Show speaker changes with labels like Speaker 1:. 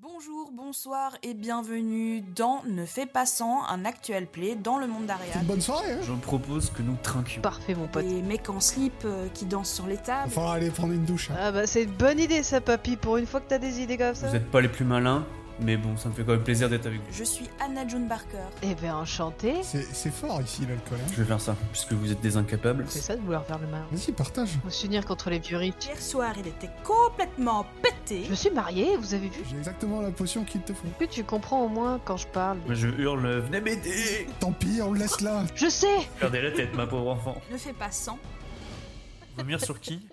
Speaker 1: Bonjour, bonsoir et bienvenue dans Ne fais pas sans, un actuel play dans le monde
Speaker 2: C'est
Speaker 1: d'Ariane.
Speaker 2: une bonne soirée, hein
Speaker 3: Je propose que nous trinquions.
Speaker 4: Parfait, mon pote.
Speaker 1: Les mecs en slip euh, qui dansent sur les
Speaker 2: Il va
Speaker 1: tables.
Speaker 2: falloir aller prendre une douche. hein.
Speaker 4: Ah bah c'est une bonne idée ça, papy, pour une fois que t'as des idées comme ça.
Speaker 3: Vous êtes pas les plus malins, mais bon, ça me fait quand même plaisir d'être avec vous.
Speaker 1: Je suis Anna June Barker.
Speaker 4: Eh ben enchanté.
Speaker 2: C'est c'est fort ici l'alcool. hein.
Speaker 3: Je vais faire ça, puisque vous êtes des incapables.
Speaker 4: C'est ça de vouloir faire le mal.
Speaker 2: Vas-y, partage.
Speaker 4: Faut s'unir contre les vieux riches.
Speaker 1: Hier soir, il était complètement pété.
Speaker 4: Je me suis mariée, vous avez vu
Speaker 2: J'ai exactement la potion qu'il te faut.
Speaker 4: Est-ce que tu comprends au moins quand je parle
Speaker 3: Moi, Je hurle, venez m'aider
Speaker 2: Tant pis, on le laisse là.
Speaker 4: Je sais
Speaker 3: Regardez la tête, ma pauvre enfant.
Speaker 1: Ne fais pas sans,
Speaker 3: Vomir sur qui